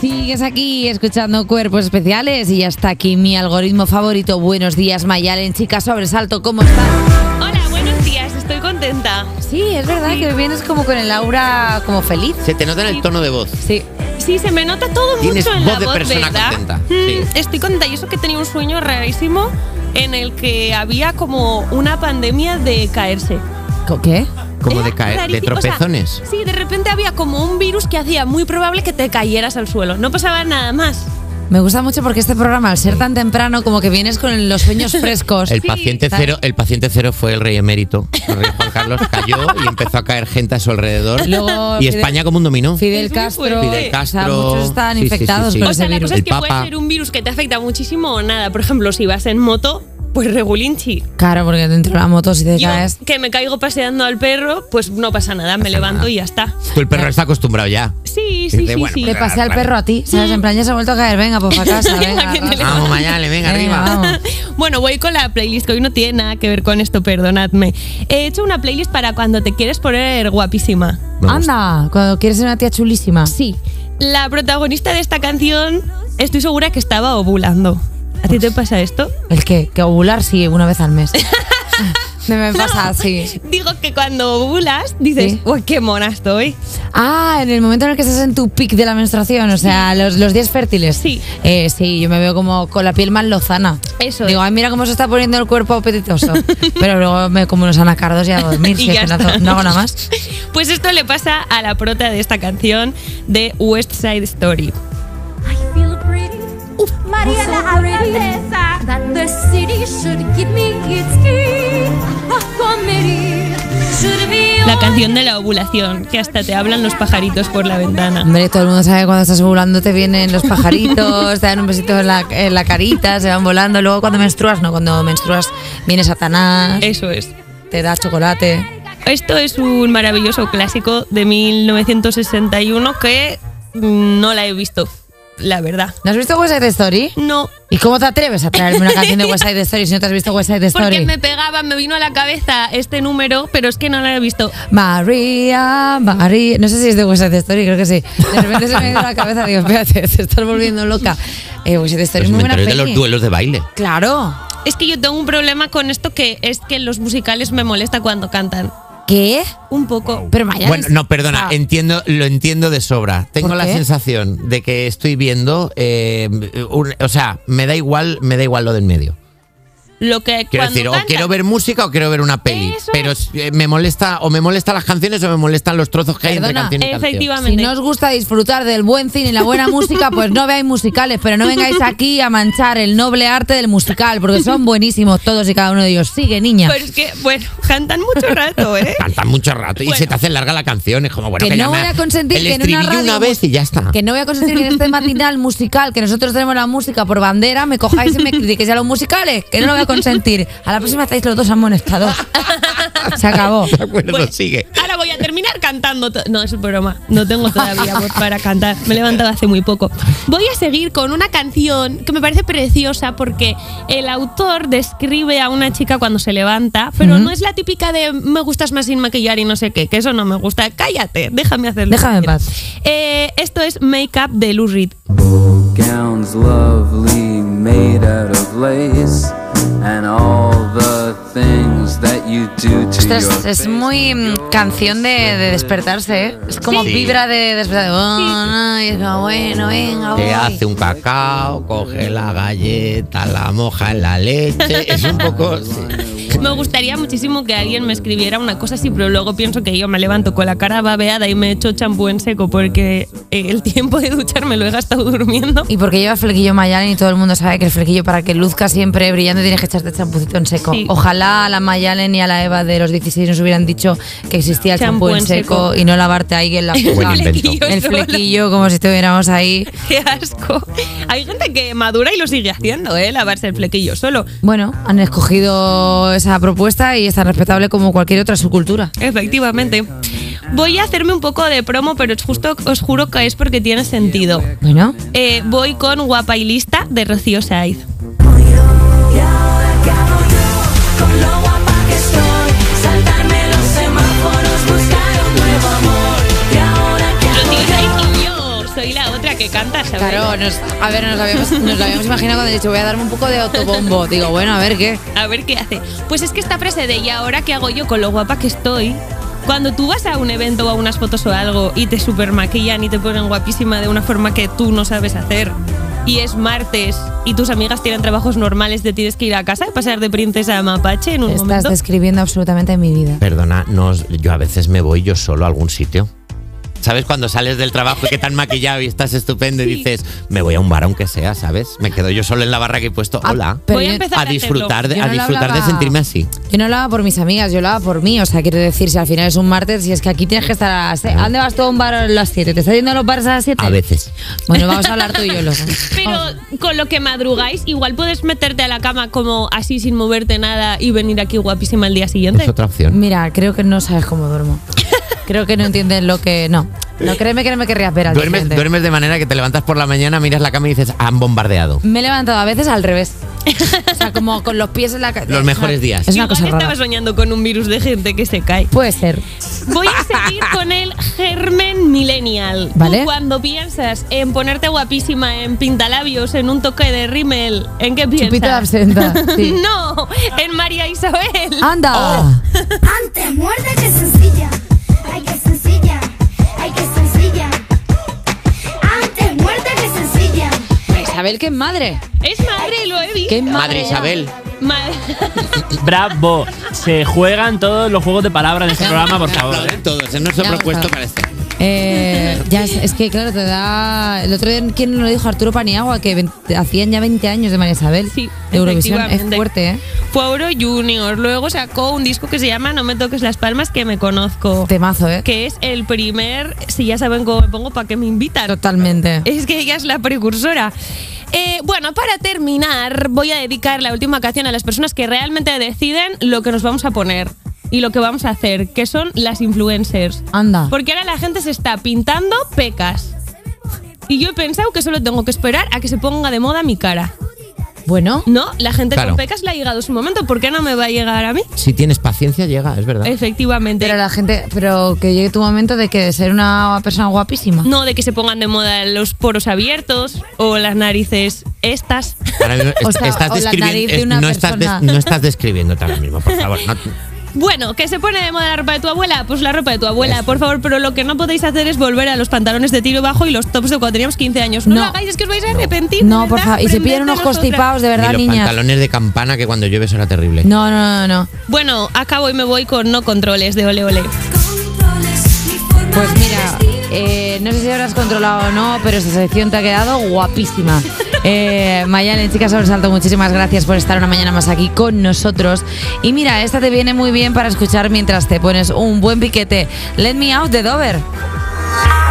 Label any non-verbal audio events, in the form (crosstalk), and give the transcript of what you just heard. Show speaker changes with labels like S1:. S1: Sigues aquí escuchando Cuerpos Especiales y ya está aquí mi algoritmo favorito. Buenos días, Mayalen. Chica, sobresalto, ¿cómo estás?
S2: Hola, buenos días, estoy contenta.
S1: Sí, es verdad que vienes como con el aura como feliz.
S3: Se te nota en el tono de voz.
S1: Sí.
S2: Sí, se me nota todo
S3: Tienes
S2: mucho en
S3: voz
S2: la
S3: de
S2: voz,
S3: persona
S2: ¿verdad?
S3: contenta,
S2: Mm,
S3: sí.
S2: Estoy contenta y eso que tenía un sueño rarísimo en el que había como una pandemia de caerse.
S1: ¿Co- ¿Qué?
S3: Como de
S2: Era
S3: caer, de
S2: rarísimo, o sea,
S3: tropezones.
S2: sí, de repente había como un virus que hacía muy probable que te cayeras al suelo. No pasaba nada más.
S1: Me gusta mucho porque este programa, al ser tan temprano, como que vienes con los sueños frescos.
S3: El paciente
S1: Tal.
S3: cero, el paciente cero fue el rey emérito. El rey Juan Carlos cayó y empezó a caer gente a su alrededor.
S1: Luego,
S3: y
S1: Fidel-
S3: España como un dominó.
S1: Fidel
S2: Es muy
S1: Castro.
S2: fuerte.
S3: Fidel Castro.
S1: O sea, muchos están
S3: Sí, sí, sí,
S1: infectados
S3: sí.
S1: con
S2: O
S3: Ese
S2: sea, la
S1: virus.
S2: cosa es
S3: El
S2: que
S3: Papa.
S2: puede ser un virus que te afecta muchísimo o nada. Por ejemplo, si vas en moto, pues regulinchi.
S1: Claro, porque dentro de la moto si te
S2: Yo,
S1: caes.
S2: que me caigo paseando al perro, pues no pasa nada, me
S3: Pasa
S2: levanto
S3: nada.
S2: y ya está.
S3: Tú el perro está acostumbrado ya.
S2: Sí, sí,
S3: Dice,
S2: sí,
S3: bueno, pues
S2: sí.
S1: Le pasé al
S3: Claro.
S1: perro a ti, ¿sabes? En plan, ya se ha vuelto a caer. Venga, pues para casa. Venga,
S2: La que te
S1: raza.
S3: Vamos, Mayale, venga, arriba.
S1: vamos.
S2: (laughs) Bueno, voy con la playlist que hoy no tiene nada que ver con esto, perdonadme. He hecho una playlist para cuando te quieres poner guapísima.
S3: Me gusta.
S1: Anda, cuando quieres ser una tía chulísima.
S2: Sí, la protagonista de esta canción estoy segura que estaba ovulando. ¿A ti
S1: Pues
S2: te pasa esto?
S1: El que, que ovular sí, una vez al
S2: (laughs)
S1: mes. Me, me pasa así.
S2: Digo que cuando ovulas dices,
S1: Sí.
S2: uy, qué mona estoy.
S1: Ah, en el momento en el que estás en tu pic de la menstruación, o sea, los, los días fértiles.
S2: Sí.
S1: Eh, sí, yo me veo como con la piel más lozana.
S2: Eso
S1: Digo,
S2: es.
S1: ay, mira cómo se está poniendo el cuerpo
S2: (laughs)
S1: apetitoso. Pero luego me como unos anacardos y a dormir,
S2: Y
S1: si es
S2: ya
S1: que no,
S2: está.
S1: hago- no hago nada más.
S2: (laughs) Pues esto le pasa a la prota de esta canción de West Side Story.
S4: Mariana Abadesa. That the city should give me its key. A comedy should be
S2: La canción de la ovulación, que hasta te hablan los pajaritos por la ventana.
S1: Hombre, todo el mundo sabe que cuando estás ovulando te vienen los pajaritos, te dan un besito en la, en la carita, se van volando. Luego cuando menstruas, no, cuando menstruas viene Satanás,
S2: Eso es.
S1: te da chocolate.
S2: Esto es un maravilloso clásico de 1961 que mm, no la he visto, la verdad.
S1: ¿No has visto West Side Story?
S2: No,
S1: ¿Y cómo te atreves a traerme una canción de West Side Story si no te has visto West Side
S2: porque
S1: Story?
S2: me pegaba, me vino a la cabeza este número, pero es que no la he visto.
S1: María, María. No sé si es de West Side Story, creo que sí. De repente se me dio la cabeza digo, espérate, te estás volviendo loca. Eh, West Side Story
S3: Los
S1: es muy buena
S3: inventarios Pues de los
S1: peli.
S3: duelos de baile.
S1: Claro.
S2: Es que yo tengo un problema con esto que es que los musicales me molesta cuando cantan.
S1: ¿Qué?
S2: Un poco.
S1: Pero Maya.
S3: Bueno, no,
S1: Ah.
S3: perdona, entiendo, lo entiendo de sobra. Tengo
S1: ¿Por
S3: la
S1: qué?
S3: sensación de que estoy viendo, eh, un- o sea, me da igual, me da igual lo del medio.
S2: Lo que
S3: Quiero
S2: cuando
S3: decir, o
S2: cantan-
S3: quiero ver música o quiero ver una peli.
S2: Eso
S3: Pero eh, me molesta, o me molestan las canciones o me molestan los trozos que hay entre
S1: Perdona.
S3: canción y canción.
S1: Si
S2: Efectivamente.
S1: no os gusta disfrutar del buen cine y la buena música, pues no veáis musicales, pero no vengáis aquí a manchar el noble arte del musical, porque son buenísimos todos y cada uno de ellos. Sigue, niña.
S2: Pero es que, bueno, cantan mucho rato,
S3: (laughs)
S2: ¿eh?
S3: Cantan mucho rato y
S2: Bueno.
S3: se te hace larga la canción. Es como, bueno,
S1: que
S3: ya
S1: no voy
S3: me-
S1: a consentir
S3: el
S1: que en una
S3: estribillo
S1: radio
S3: una vez y ya está.
S1: que no voy a consentir que en este matinal musical que nosotros tenemos la música por bandera me cojáis y me critiquéis a los musicales que no lo voy a consentir a la próxima estáis los dos (laughs) amonestados se acabó
S3: (laughs) De acuerdo,
S2: Bueno,
S3: pues sigue.
S2: Ahora voy a terminar cantando. to- No, es broma. No tengo todavía voz para cantar. Me he levantado hace muy poco. Voy a seguir con una canción que me parece preciosa porque el autor describe a una chica cuando se levanta, pero no es la típica de me gustas más sin maquillar y no sé qué, que eso no me gusta. Cállate, déjame hacerlo.
S1: Déjame en paz.
S2: Eh, esto es Make Up de Lou Reed.
S5: Gowns lovely, made out of lace, and all the things that you do to
S1: Ostras,
S5: your
S1: es
S5: face.
S1: muy mm, canción de, de despertarse, ¿eh? Es como
S3: Sí.
S1: vibra de despertar. Oh, no, y es como, bueno, venga, voy.
S3: Te hace un cacao, coge la galleta, la moja en la leche. Es un poco. sí.
S2: Me gustaría muchísimo que alguien me escribiera una cosa así, pero luego pienso que yo me levanto con la cara babeada y me echo champú en seco porque eh, el tiempo de ducharme lo he gastado durmiendo.
S1: Y porque llevas flequillo Mayalen y todo el mundo sabe que el flequillo para que luzca siempre brillante tienes que echarte champucito en seco.
S2: Sí.
S1: Ojalá a la Mayalen y a la Eva de los 16 nos hubieran dicho que existía el champú en seco y no lavarte ahí
S2: (laughs)
S1: en la
S3: Buen
S1: puta.
S3: invento.
S2: flequillo
S1: El
S2: solo.
S1: flequillo como si estuviéramos ahí.
S2: Qué asco. Hay gente que madura y lo sigue haciendo, ¿eh? Lavarse el flequillo solo.
S1: Bueno, han escogido esa propuesta y es tan respetable como cualquier otra subcultura.
S2: Efectivamente. Voy a hacerme un poco de promo, pero es justo os juro que es porque tiene sentido.
S1: Bueno,
S2: Eh, voy con Guapa y Lista de Rocío Saiz. Rocío Saiz y yo soy la otra que canta, ¿sabes?
S1: Claro, nos- a ver, nos lo habíamos, nos lo habíamos imaginado cuando he dicho voy a darme un poco de autobombo. Digo, bueno, a ver qué.
S2: A ver qué hace. Pues es que esta frase de ¿y ahora qué hago yo con lo guapa que estoy? Cuando tú vas a un evento o a unas fotos o algo y te super maquillan y te ponen guapísima de una forma que tú no sabes hacer y es martes y tus amigas tienen trabajos normales, te tienes que ir a casa y pasar de princesa a mapache en un
S1: Estás
S2: momento.
S1: describiendo absolutamente mi vida.
S3: Perdona, no, os- yo a veces me voy yo solo a algún sitio. ¿Sabes cuando sales del trabajo y que tan maquillado y estás estupendo y dices, me voy a un bar aunque sea, ¿sabes? Me quedo yo solo en la barra que he puesto,
S1: Ah,
S3: hola.
S1: pero
S2: Voy
S1: yo-
S2: a empezar
S3: A
S2: hacerlo.
S3: disfrutar, de,
S1: Yo
S3: a
S1: no lo
S3: disfrutar de
S1: hablaba-
S3: sentirme así.
S1: Yo no hablaba por mis amigas, yo hablaba por mí. O sea, quiero decir, si al final es un martes, si es que aquí tienes que estar a las seis. ¿A dónde vas tú a un bar a las 7? ¿Te estás yendo a los bares a las 7?
S3: A veces.
S1: Bueno, vamos a hablar tú y yo,
S3: (laughs)
S1: Lola.
S2: Pero
S1: Vamos.
S2: con lo que madrugáis, igual puedes meterte a la cama como así sin moverte nada y venir aquí guapísima el día siguiente.
S3: Es otra opción.
S1: Mira, creo que no sabes cómo duermo. Creo que no entiendes lo que. No. No, créeme que no me querrías ver al día
S3: Duermes,
S1: siguiente.
S3: duermes de manera que te levantas por la mañana, miras la cama y dices, han bombardeado.
S1: Me he levantado a veces al revés. O sea, como con los pies en la ca-
S3: Los
S1: es
S3: mejores
S1: una-
S3: días.
S1: Es una
S2: Igual
S1: cosa
S2: estaba
S1: rara.
S2: soñando con un virus de gente que se cae.
S1: Puede ser.
S2: Voy a seguir con el germen millennial.
S1: Vale.
S2: Tú cuando piensas en ponerte guapísima, en pintalabios, en un toque de rímel, ¿en qué piensas?
S1: Chupito de absenta. sí.
S2: (laughs) No, en María Isabel. Oh,
S1: ¡Anda!
S6: Antes muerde que sencilla. Ay, que sencilla. Ay, que sencilla. Antes muerde que sencilla.
S1: Isabel, que es madre.
S2: Es madre, lo he visto.
S1: Que es madre.
S3: Madre Isabel.
S2: Ma- (laughs)
S7: Bravo. Se juegan todos los juegos de palabras de este programa, por favor. ¿eh?
S3: Aplauden todos, es nuestro
S1: Ya, por
S3: propuesto
S1: favor.
S3: para este.
S1: Eh, ya es, es que, claro, te da. El otro día, ¿quién nos lo dijo? Arturo Paniagua, que 20 hacían ya 20 años de María Isabel.
S2: Sí,
S1: de Eurovisión. Es
S2: efectivamente.
S1: fuerte, ¿eh?
S2: Fue Oro Junior. Luego sacó un disco que se llama No me toques las palmas que me conozco.
S1: Temazo, ¿eh?
S2: Que es el primer, si ya saben cómo me pongo, ¿para qué me invitan?
S1: Totalmente.
S2: (laughs) Es que ella es la precursora. Eh, bueno, para terminar, voy a dedicar la última canción a las personas que realmente deciden lo que nos vamos a poner y lo que vamos a hacer, que son las influencers.
S1: Anda.
S2: Porque ahora la gente se está pintando pecas. Y yo he pensado que solo tengo que esperar a que se ponga de moda mi cara.
S1: Bueno,
S2: No, la gente
S3: Claro.
S2: con pecas le ha llegado su momento. ¿Por qué no me va a llegar a mí?
S3: Si tienes paciencia, llega, es verdad.
S2: Efectivamente.
S1: pero la gente. Pero que llegue tu momento de que de ser una persona guapísima.
S2: No de que se pongan de moda los poros abiertos o las narices estas.
S3: Ahora mismo
S1: (laughs) O
S3: est-
S1: sea,
S3: estás
S1: o la
S3: describiendo-
S1: nariz de
S3: es-
S1: una
S3: no, estás des-
S1: persona.
S3: no estás describiéndote ahora mismo, por favor. no-
S2: Bueno, ¿que se pone de moda la ropa de tu abuela? Pues la ropa de tu abuela, por favor. Pero lo que no podéis hacer es volver a los pantalones de tiro bajo y los tops de cuando teníamos 15 años. No,
S1: No.
S2: lo hagáis, es que os vais a arrepentir.
S1: No,
S2: de
S1: por
S2: verdad,
S1: favor. Y se
S2: aprended
S1: piden
S2: de
S1: unos
S2: nosotras.
S1: constipados, de verdad,
S3: ni los
S1: niñas.
S3: pantalones de campana que cuando llueve son terrible.
S1: No, no, no, no.
S2: Bueno, acabo y me voy con no controles de Ole Ole.
S1: Pues mira, eh, no sé si habrás controlado o no, pero esta sección te ha quedado guapísima. Eh, Mayalen, chicas Salto, muchísimas gracias por estar una mañana más aquí con nosotros. Y mira, esta te viene muy bien para escuchar mientras te pones un buen piquete. Let Me Out de Dover.
S6: I